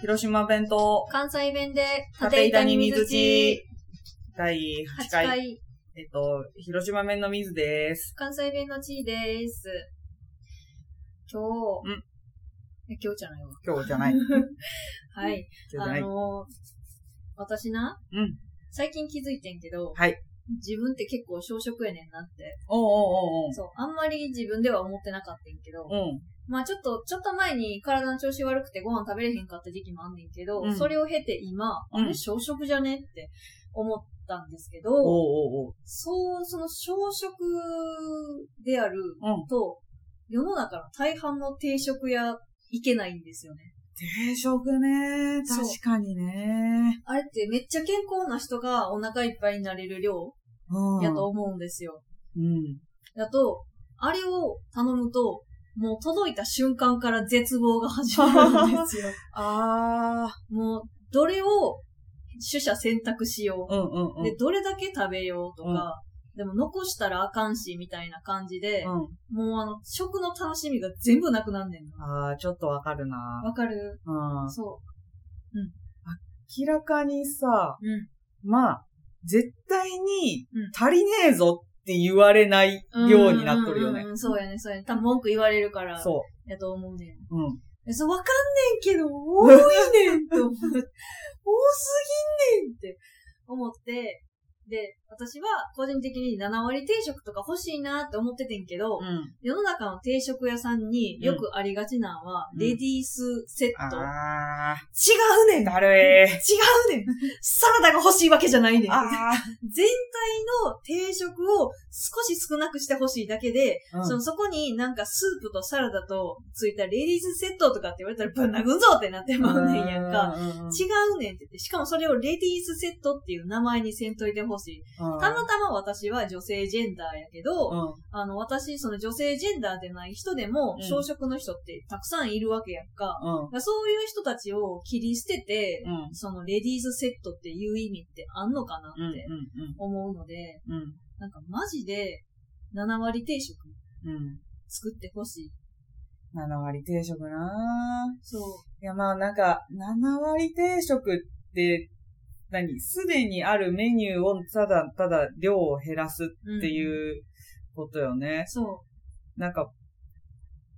広島弁と、関西弁で、縦板に水地地、第8 8回。回、えっと、広島弁の水です。関西弁の地位です。今日、うんえ今日じゃないわ。今日じゃない。今 はい。日じゃあない。のー、私な、うん最近気づいてんけど、はい自分って結構小食やねんなって。おうおうおうそう、あんまり自分では思ってなかったんけど、おう。うん。まあちょっと、ちょっと前に体の調子悪くてご飯食べれへんかった時期もあんねんけど、うんそれを経て今、うんあれ小食じゃねって思ったんですけど、おうおうおう。そう、その小食であるうんと、世の中の大半の定食屋行けないんですよね。定食ね。そう確かにね。あれってめっちゃ健康な人がお腹いっぱいになれる量うん。やと思うんですよ。うん。だと、あれを頼むと、もう届いた瞬間から絶望が始ま るんですよ。あもう、どれを取捨選択しよー。うんうんう。うん。で、どれだけ食べようとか、でも残したらあかんし、みたいな感じで、うん。もうあの、食の楽しみが全部なくなんねんな。あー、ちょっとわかるな。わかるうん。そ明らかにさ、う。うん。まあ、絶対にうん足りねえぞって言われないようになっとるようんねうん。うんそうやね、そうやね。多分文句言われるから、そやと思うねん。う。うん。えそう、わかんねんけど、多いねんと思う。多すぎんねんって思って、で、私は個人的に7割定食とか欲しいなって思っててんけど、うん。世の中の定食屋さんによくありがちなのは、うんレディースセット。あ違うねー。んだるい。違うねんサラダが欲しいわけじゃないねんあ全体の定食を少し少なくしてほしいだけで、あ。そのそこになんかスープとサラダとついたレディースセットとかって言われたらぶん殴んぞってなってまうねんやんか。うん。違うねんって言って。しかもそれをレディースセットっていう名前にせんといてほうしい。んたまたま私は女性ジェンダーやけど、うん。あの私その女性ジェンダーでない人でもうん小食の人ってたくさんいるわけやんか。うん。だからそういう人たちを切り捨てて、うん。そのレディースセットっていう意味ってあんのかなうん。って思うので、うん。うん。なんかマジで7割定食うん。作ってほしい。 7割定食なぁそいや、まあなんか、7割定食って、何すでにあるメニューをただただ量を減らすう。うんっていうことよね。そなんか、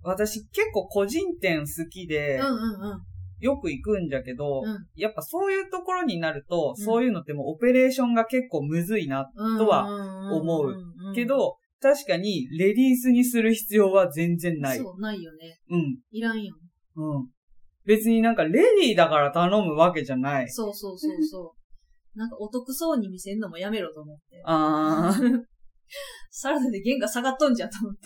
私結構個人店好きう。うでん、うんうん。よく行くんじゃけど、うんやっぱそういうところになると、うんそういうのってもうオペレーションが結構むずいな。とは思うけうんうんうんうん、ど、確かにレディースにする必要は全然ない。そう、ないよね。うん。いらんよ。うん。別になんかレディーだから頼むわけじゃない。そうそうそう そう。なんかお得そうに見せんのもやめろと思って。あー。 サラダで原価下がっとんじゃんと 思って。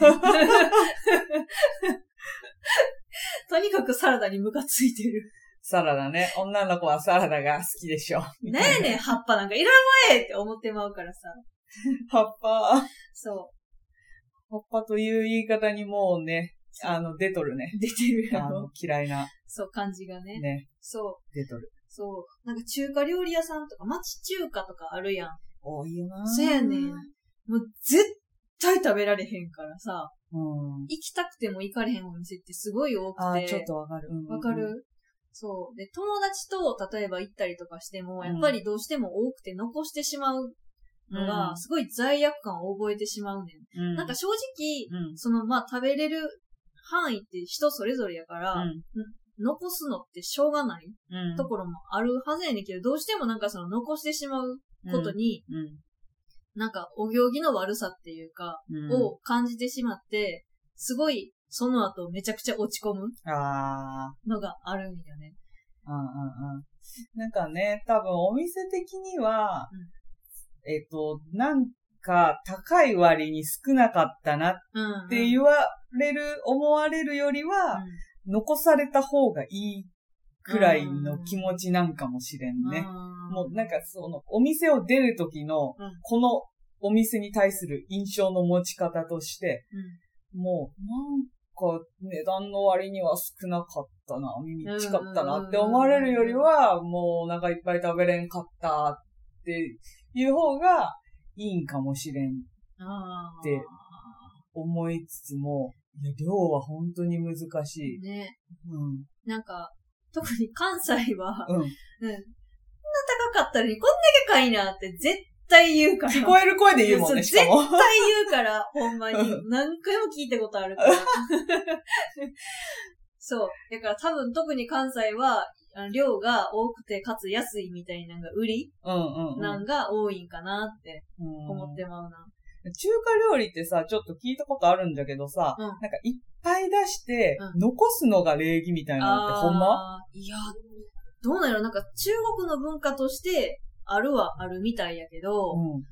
とにかくサラダにムカついてる。サラダね。女の子はサラダが好きでしょ。 ねえねえ、葉っぱなんかいらんわえって思ってまうからさ。葉っぱ。そ葉っぱという言い方にもうね、あの、出とる ね。う。出てるあやろの。、嫌いな、そう、感じがね。ね、そ出とる。う。そう。なんか中華料理屋さんとか、町中華とかあるやん。多いよなそうやねん。もう絶対食べられへんからさ、うん。行きたくても行かれへんお店ってすごい多くて。あー、ちょっとわかる。うんうんうんわかる、そう。で、友達と、例えば行ったりとかしてうも、んやっぱりどうしても多くて残してしまうのが、すごい罪悪感を覚えてしまうねん。うん。なんか正直、うん、その、まあ、食べれる範囲って人それぞれやから、うん。残すのってしょうがないうん。ところもあるはずやねんけど、どうしてもなんかその残してしまうことに、うなんかお行儀の悪さっていうか、ん、うん。を感じてしまって、すごい、その後めちゃくちゃ落ち込むあのがあるんよね。あ、うんうんうん。なんかね、多分お店的には、えっと、なんか高い割に少なかったなっうん、うん。て言われる、思われるよりは、うん残された方がいいくらいの気持ちなんかもしれんね。あーもうなんかその、お店を出る時のうん、このお店に対する印象の持ち方として、うもう、なんか、値段の割には少なかったな、耳近かったなって思われるよりは、もうお腹いっぱい食べれんかったっていう方がいいんかもしれんん。ああ。で思いつつも、いや量は本当に難しい。ね。うん。なんか、特に関西は、うん。うん。こんな高かったのにこんだけかいなって絶対言うから。聞こえる声で言うもんね、しそうかも。絶対言う から、ほんまにう。何回も聞いたことあ るから。そう。だから多分特に関西は、あの量が多くて、かつ安いみたいなのが売りうんうんうん。なんが多いんかなってうん思ってまうな。中華料理ってさ、ちょっと聞いたことあるんだけどさ、うんなんかいっぱい出して、うん残すのが礼儀みたいなのってほんまあーいや、どうなんやろなんか中国の文化として、あるはあるみたいやけど、うん。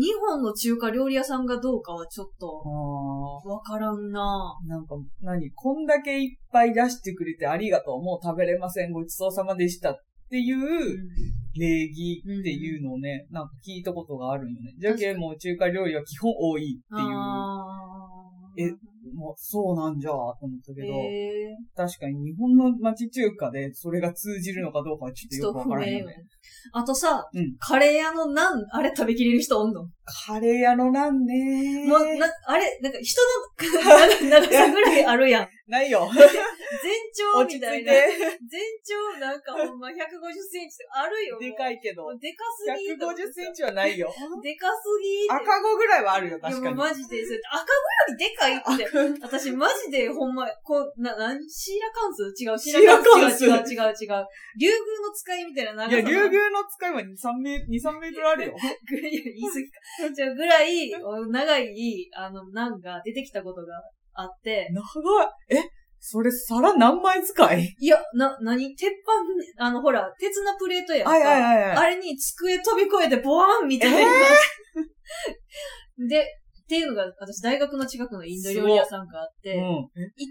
日本の中華料理屋さんがどうかはちょっと、あわからんなーなんか、何こんだけいっぱい出してくれてありがとう。もう食べれません。ごちそうさまでした。っていぁう礼儀っていうのをね、なんか聞いたことがあるんよね。じゃけんもう中華料理は基本多いっていう。あーえもうそうなんじゃ、と思ったけど、へー確かに日本の町中華でそれが通じるのかどうかはちょっとちよょっくとわ不からへん明よよねね。。あとさ、うんカレー屋のナン、あれ食べきれる人おんのもカレー屋のなんね。う、な、あれ、なんか人の 長長さぐらいあるやん。ないよ。全長落ちみ着たいいてな。。全長なんかほんま150センチとかあるよ。もうでかいけども。うでかすぎと思って150センチはないよ。でかすぎって赤子ぐらいはあるよ、いや確もかうに。マジで、それ赤子よりでかいって。私マジでほんま、こう、な、なん、シーラカンス違う、シーラカンスシーラカン違う違う違う違う。竜宮の使いみたいな長いさや、の。竜宮の使いは2、3メートル、2、3メートルあるよ。ぐらい、言い過ぎか。じゃあぐらい、長い、あの、なんが出てきたことがあって、長い。えそれ皿何枚使いいや、な、なに鉄板、あの、ほら、鉄のプレートやんか。はいはいはいはい。あれに机飛び越えてボワンみたいな。 で、っていうのが、私、大学の近くのインド料理屋さんがあっうん。て、いっ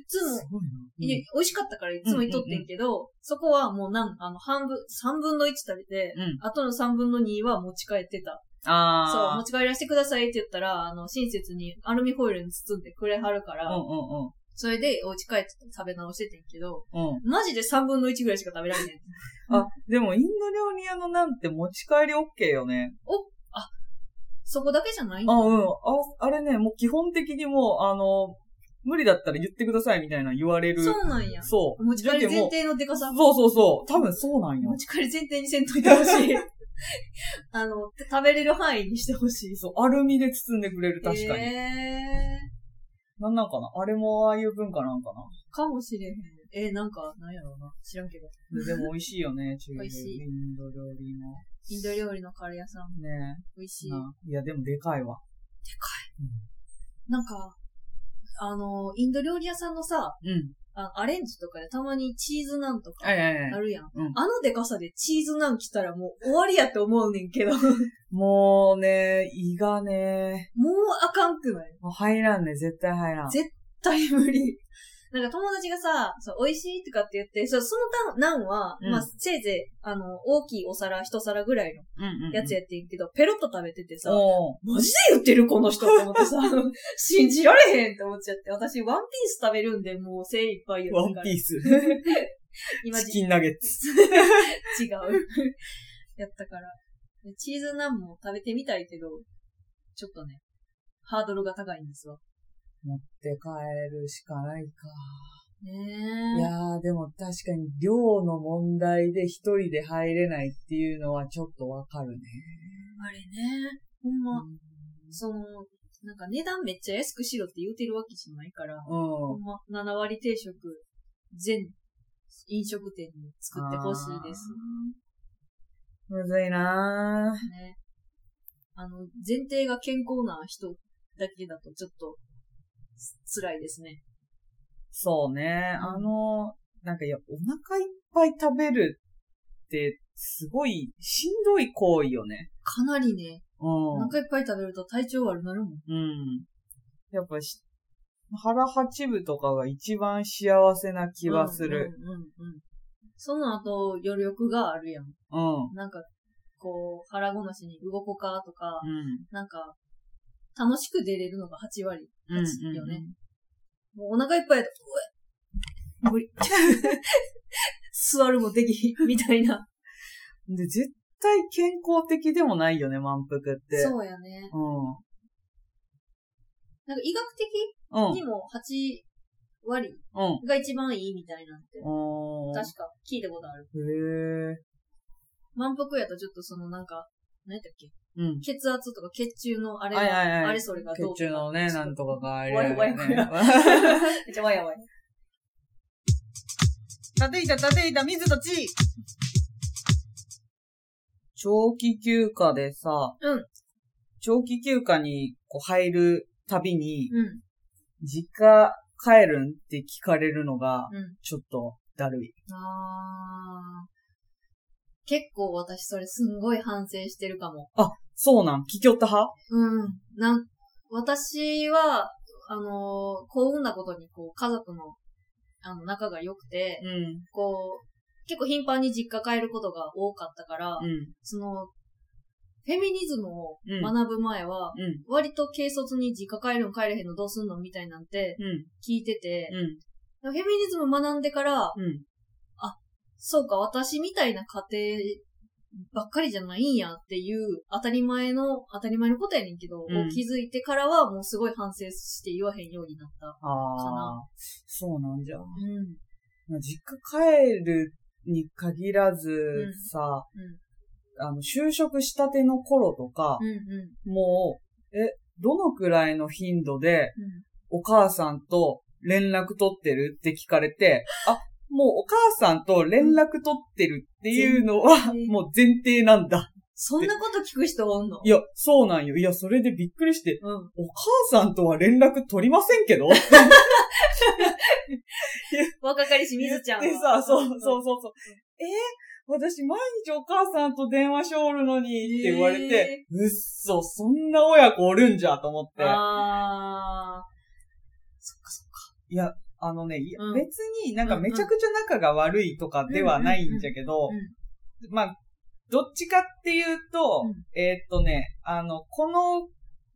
つもす、ごいな。いや美味しかったからいっつも行っとってんけど、そこはもうなん、あの、半分、三分の一食べて、うん。あとの三分の二は持ち帰ってた。そう、持あち帰らせてくださいって言ったら、あの、親切にアルミホイルに包んでくれはるから、ー。うそれでお家帰って食べ直しててんけど、んうんうん。うん。マジで3分の1ぐらいしか食べられへん。あ、でもインド料理屋のなんて持ち帰り OK よね。そこだけじゃないんだあ、うん。あ、あれね、もう基本的にもう、あの、無理だったら言ってくださいみたいな言われる。そうなんや。そう。持ち帰じり前ゃけ提のデカんさもう。そうそうそう。多分そうなんよ持。ち帰り前提にせんといてほしい。 あの、食べれる範囲にしてほしい。そう、アルミで包んでくれる、確かに。えなんなんかなあれもああいう文化なんかなー、かもしれへん。えー、なんか、なんやろうな。知らんけど。でも美味しいよね、中華料美味し理。いインド料理の。インド料理のカレー屋さん、ね美味しえい。ないや、でもでかいわ。なんか、あの、インド料理屋さんのさ、うん。あアレンジとかでたまにチーズなんとかはいはいあはい。るやん。うんあのデカさでチーズなん来たらもう終わりやって思うねんけど、 ももううね、胃がね、あかんくないもう入らんね、絶対入らん。絶大無理。なんか友達がさ、そう美味しいとかって言って、そうそのナンは、うんまあ、せいぜい、あの、大きいお皿、一皿ぐらいのうんうんうんやつやってんけど、ペロッと食べててさ、おうマジで言ってるこの人って 思ってさ、 信じられへんって思っちゃって、私ワンピース食べるんで、もう精一杯言ワンピース。チ 今時キンナゲッツ。 違う。やったから。でチーズナンも食べてみたいけど、ちょっとね、ハードルが高いんですわ。持って帰るしかないか。ねいえ。やー、でも確かに量の問題で一人で入れないっていうのはちょっとわかるね。あれね。ほんま、その、なんか値段めっちゃ安くしろって言うてるわけじゃないから、うん。ほんま、7割定食、全飲食店に作ってほしいです。あー。むずいなぁ。ね。あの、前提が健康な人だけだとちょっと、つ辛いですね。そうね。うんあの、なんかいや、お腹いっぱい食べるって、すごい、しんどい行為よね。かなりね、うんお。腹いっぱい食べると体調悪なるもん。うん。やっぱし、腹八分とかが一番幸せな気はする。うんうんうんうん。その後、余力があるやん。うん。うん。なんか、こう、腹ごなしに動こうかとか、なんか、楽しく出れるのが8割。うん。うんいいよねもうお腹いっぱいやと、うえ無理。 座るもできひん、みたい な。で、絶対健康的でもないよね、満腹って。そうやね。うなんか医学的ん。うん。にも8割うん。が一番いいみたいなんて。うん確か聞いたことあへる。え。満腹やとちょっとそのなんか、何やったっけうん。血圧とか血中のあれが、はいはいはいあれそれがどう血中のね、なんとかがあれわやわやわや ね。めっちゃわやわや。叩いた叩いた水と地長期休暇でさ、うん長期休暇にこう入るたびに、うん。実家帰るんって聞かれるのが、うん。ちょっとだるい。あー。結構私それすんごい反省してるかも。そうなん聞きよった派うん。なん、私は、あのー幸運なことにこう、家族の、あの、仲が良くて、うん。こう、結構頻繁に実家帰ることが多かったから、うん。その、フェミニズムをうん学ぶ前は、うん。割と軽率に実家帰るん帰れへんのどうすんのみたいなんてうん。聞いてて、うん。フェミニズム学んでから、うん。そうか、私みたいな家庭ばっかりじゃないんやっていう、当たり前の、当たり前のことやねんけど、うんを気づいてからはもうすごい反省して言わへんようになった。かああな。そうなんじゃ。うん。うん。まあ実家帰るに限らずんさ、あの、就職したての頃とか、うんうもう、え、どのくらいの頻度でん。お母さんと連絡取ってるって聞かれて、あ、もうお母さんと連絡取ってるっていうのは前提、もう前提なんだ。そんなこと聞く人おんのいや、そうなんよ。いや、それでびっくりして、うん。お母さんとは連絡取りませんけどって若かりしみずちゃんは。言ってさ、そうそううそん。うそう。え私毎日お母さんと電話しおるのにって言われて、うっそ、そんな親子おるんじゃと思って。あいや、あのね、いやうん別になんかうんうめんちゃくちゃ仲が悪いとかではないんじゃけどうんうん、まあ、どっちかっていうと、うんえーっとね、あの、この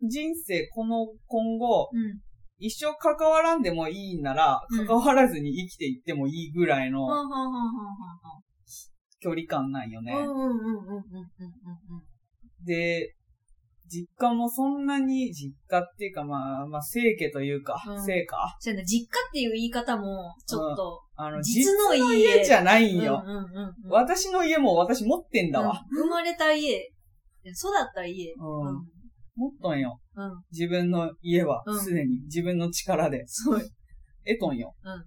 人生、この今後ー。、うん。一生関わらんでもいいならう、ん関わらずに生きていってもいいぐらいはのんはんはんはんは距離感なんよね。んはん。うんうんうんうんうんうんうん。で、実家もそんなに、実家っていうかまあ、まあ、生家というか、うん生家そうやな、実家っていう言い方も、ちょっと、あの、実実の家。の家じゃないんよ。うんうんうんうん。私の家も私持ってんだわ。うん生まれた家。育ったう家。うんん。持っとんよ。うん。自分の家はう、んすでに自分の力で、そう。得とんよ。うん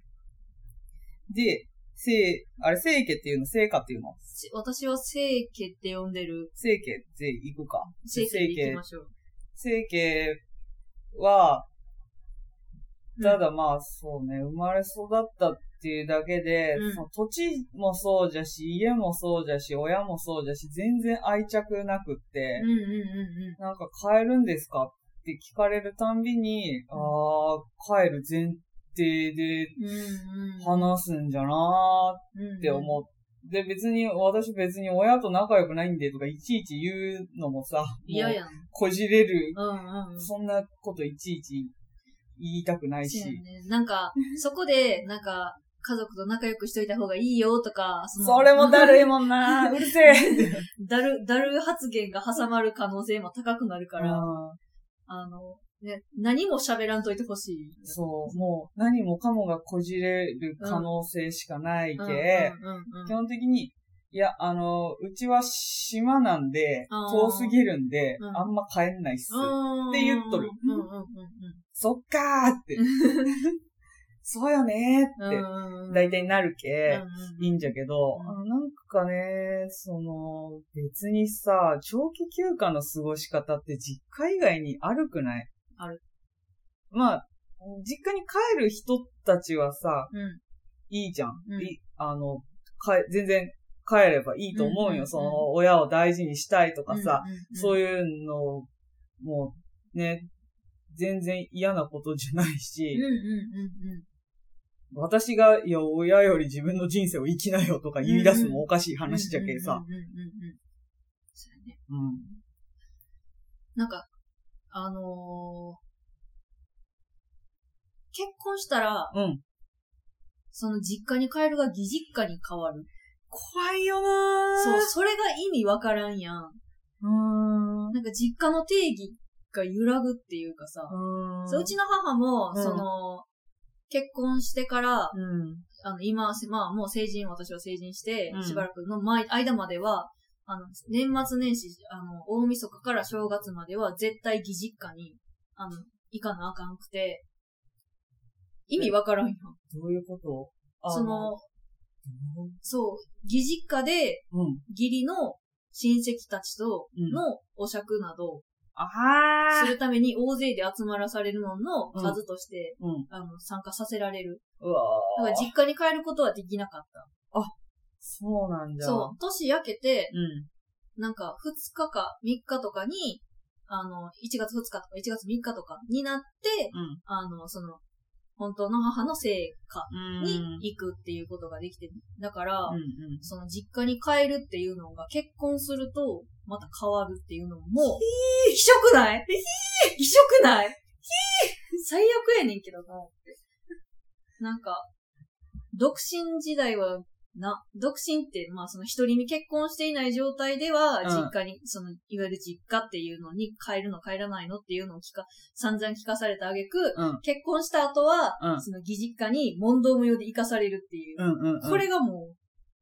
で、生、あれ、生家っていうの、生家っていうの。し私は生家って呼んでる。生家で行くか。生家で行きましょう。生家は、うんただまあそうね、生まれ育ったっていうだけで、うんその土地もそうじゃし、家もそうじゃし、親もそうじゃし、全然愛着なくってうん、うんうんなんか帰るんですかって聞かれるたんびに、んああ、帰る前提でうん。うんうん。話すんじゃなっーって思って、別に、私別に親と仲良くないんでとかいちいち言うのもさ、嫌もうやん。こじれるうんうんうん。そんなこといちいち言いたくないしそう。やね。なんか、そこで、なんか、家族と仲良くしといた方がいいよとか、そのそれもだるいもんなうるせえ だる、だる発言が挟まる可能性も高くなるから、うんあの、ね、何も喋らんといてほしい。そう、もう何もかもがこじれる可能性しかないけ、うんうんうん基本的に、いや、あの、うちは島なんで、あー遠すぎるんで、うんあんま帰んないっす。うん。って言っとるうんうんうんうん。そっかー って。そうよねーうっんうて、んうん。大体なるけ、うんうんいいんじゃけど、うんあのなんかね、その、別にさ、長期休暇の過ごし方って実家以外にあるくないある。まあ、実家に帰る人たちはさ、うん。いいじゃん。うんいあの、か全然帰ればいいと思うよ。うんうんうんその、親を大事にしたいとかさ、うんうんうん、そういうのも、ね、全然嫌なことじゃないし、うんうんうんうん。私が、いや、親より自分の人生を生きなよとか言い出すのもおかしい話じゃけさ。うんうんうんうんうん。そうやね。うん。なんか、あのー結婚したら、うん。その実家に帰るが義実家に変わる。怖いよなそう、それが意味わからんやん。う。うなんか実家の定義が揺らぐっていうかさ。ーん。そううちの母も、うんその、結婚してかうら、ん。あの、今、せまあ、もう成人、私は成人してうん、しばらくの前、間までは、あの、年末年始、あの、大晦日から正月までは、絶対義実家に、あの、行かなあかんくて、意味わからんよ。どういうことあそ、の、どうそう、義実家で、うん。義理の親戚たちとうんのお酌など、ああするために大勢で集まらされるのの数として、うん。あの、参加させられる。うわだからー実家に帰ることはできなかっそうなんた。だ。そう。年明けて、うん。なんか2日か3日とかに、あの、1月2日とか1月3日とかになって、うん。あの、その、本当の母の生家うん。に行くっていうことができて、だから、うんうん。その実家に帰るっていうのが結婚するとまた変わるっていうのも、もう、ひしょくないひしょくない最悪やねんけどなって。なんか、独身時代は、な、独身って、まあその一人に結婚していない状態ではう、ん実家に、その、いわゆる実家っていうのに帰るの帰らないのっていうのを聞か、散々聞かされた挙句、うん結婚した後は、うんその義実家に問答無用で生かされるっていう。うんうんうん。これがも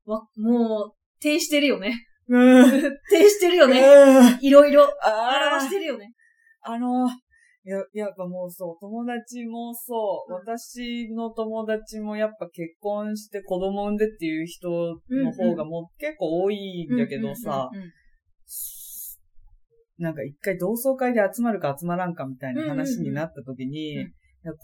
う、わ、もう、停してるよね。 うん、うん。停してるよね。いろいろ、表あしてるよね。あ、あの、や、やっぱもうそう、友達もそう、うん私の友達もやっぱ結婚して子供産んでっていう人の方がもう結構多いんだけどさ、うんうんうんなんか一回同窓会で集まるか集まらんかみたいな話になった時に、うんうん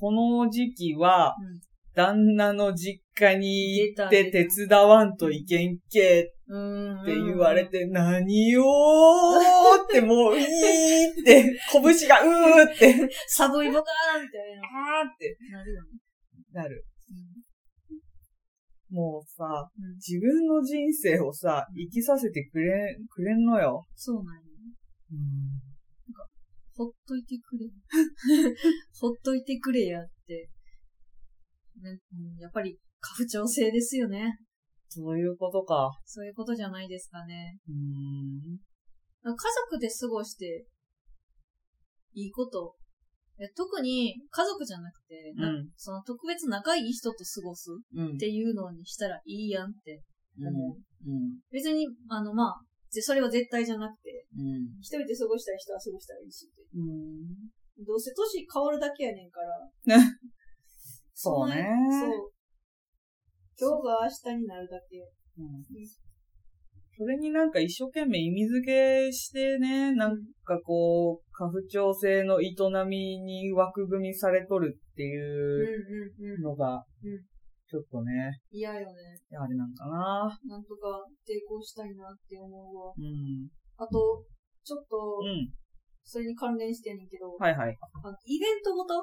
この時期はうん、旦那の実家に行っ出てた手出た伝わんといけんけっうん。って言われて、何をーってもう、いい って、拳がうーって、サブイボかーみたいあーってな。なるよね。なる。うもうさ、んうん自分の人生をさ、生きさせてくれ、くれんのよ。そうなんよね。ほっといて くれ。ほっといてくれやって。ねうんやっぱり、過不調性ですよね。そういうことか。そういうことじゃないですかね。うーん。家族で過ごして、いいこと。え特に、家族じゃなくて、うなんん。その特別仲いい人と過ごすうんっていうのにしたらいいやんってう思ん。う。うん。別に、あの、まあ、ぜそれは絶対じゃなくて、うん。一人で過ごしたい人は過ごしたらいいしって。うん。どうせ年変わるだけやねんから。 そうね。そう。今日が明日になるだけ。うんそれになんか一生懸命意味付けしてね、なんかこう、過不調性の営みに枠組みされとるってうんいううんうん。のがうん、ちょっとね、嫌よね。あれなんかな。なんとか抵抗したいなって思うわ。うん。あと、ちょっうと、ん。それに関連してんねんけど、はいはい。あのイベントごと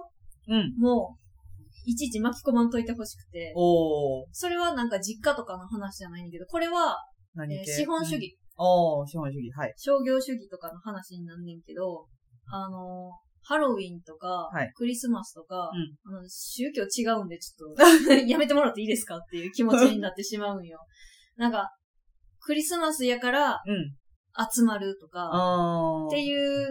うん。もう、いちいち巻き込まんといてほしくて、おー。それはなんか実家とかの話じゃないんだけど、これは、何えー系資本主。うん義、おー、資本主義。はい。商業主義とかの話になんねんけど、あのーハロウィンとか、はいクリスマスとか、うんあの宗教違うんでちょっと やめてもらっていいですかっていう気持ちになってしまうんよ。なんか、クリスマスやからうん。集まるとか、あー。ってう。いう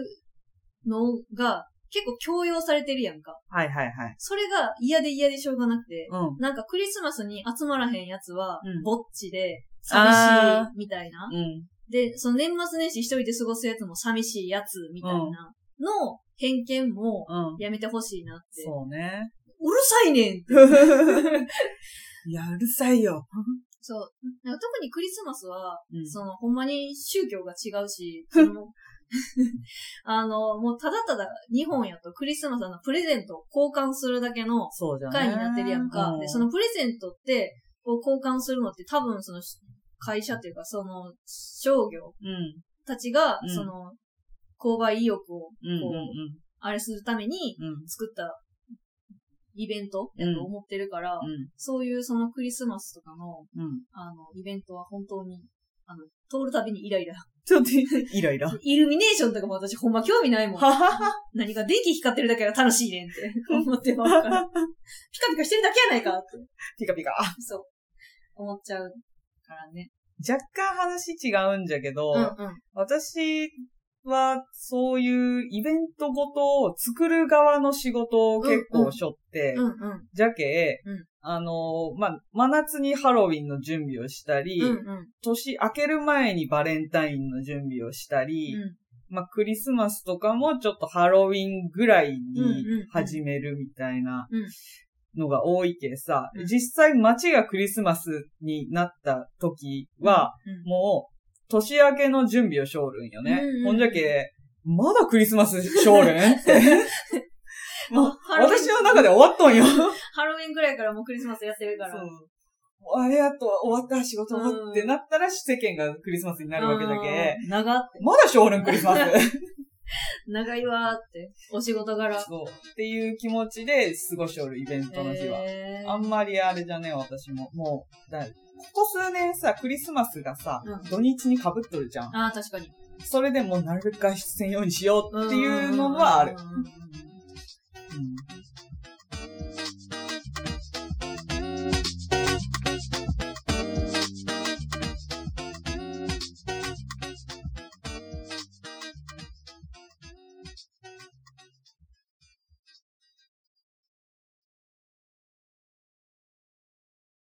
のが結構強要されてるやんか。はいはいはい。それが嫌で嫌でしょうがなくて、うん。なんかクリスマスに集まらへんやつはうん、ぼっちで、あー寂しいみたいな。うん。で、その年末年始一人で過ごすやつも寂しいやつみたいなの偏見もうん。やめてほしいなって。そうね。うるさい ねんって。いや、うるさいよ。そう。なんか特にクリスマスは、うんそのほんまに宗教が違う し、その あの、もうただただ日本やとクリスマスのプレゼントを交換するだけのそうじゃね会になってるやんか。で、そ、のプレゼントって、を交換するのって多分その会社っていうかその商業うん。たちがうん、その、購買意欲を、うん。うん。あれするためにうん。うん。作ったイベントやと思ってるから、うん。そういうそのクリスマスとかの、うん。あの、イベントは本当に、あの、通るたびにイライラ。ち ょっと、イライラ。はイルミネーションとかも私ほんま興味ないもん。はは。何か電気光ってるだけが楽しいねんって 思ってますから。ピカピカしてるだけやないかって。ピカピカ。そう。思っちゃうからね。若干話違うんじゃけど、うんうん。私は、そういうイベントごとを作る側の仕事を結構しょって、うんうん。じゃけ、うんあの、まあ、真夏にハロウィンの準備をしたり、うんうん。年明ける前にバレンタインの準備をしたり、まあ、クリスマスとかもちょっとハロウィンぐらいに始めるみたいなうんのが多いけさ、うん実際街がクリスマスになった時は、うん、もう、年明けの準備をしょるんよね。うんうんうんほんじゃけ、まだクリスマスしょるん って。もうハロウィン私の中で終わっと んよ。ハロウィンぐらいからもうクリスマスやってるから。そう。あれやと終わった、仕事終わってうんなったら世間がクリスマスになるわけだけ。うん長っ、まだしょるんクリスマス。長いわーって。お仕事柄。そう。っていう気持ちで過ごしおるイベントの日は。へーあんまりあれじゃねえ、私も。もう、だここ数年さ、クリスマスがさ、うん土日に被っとるじゃん。あー確かに。それでもうなるべく外出せんようにしようっていうのはある。うんうん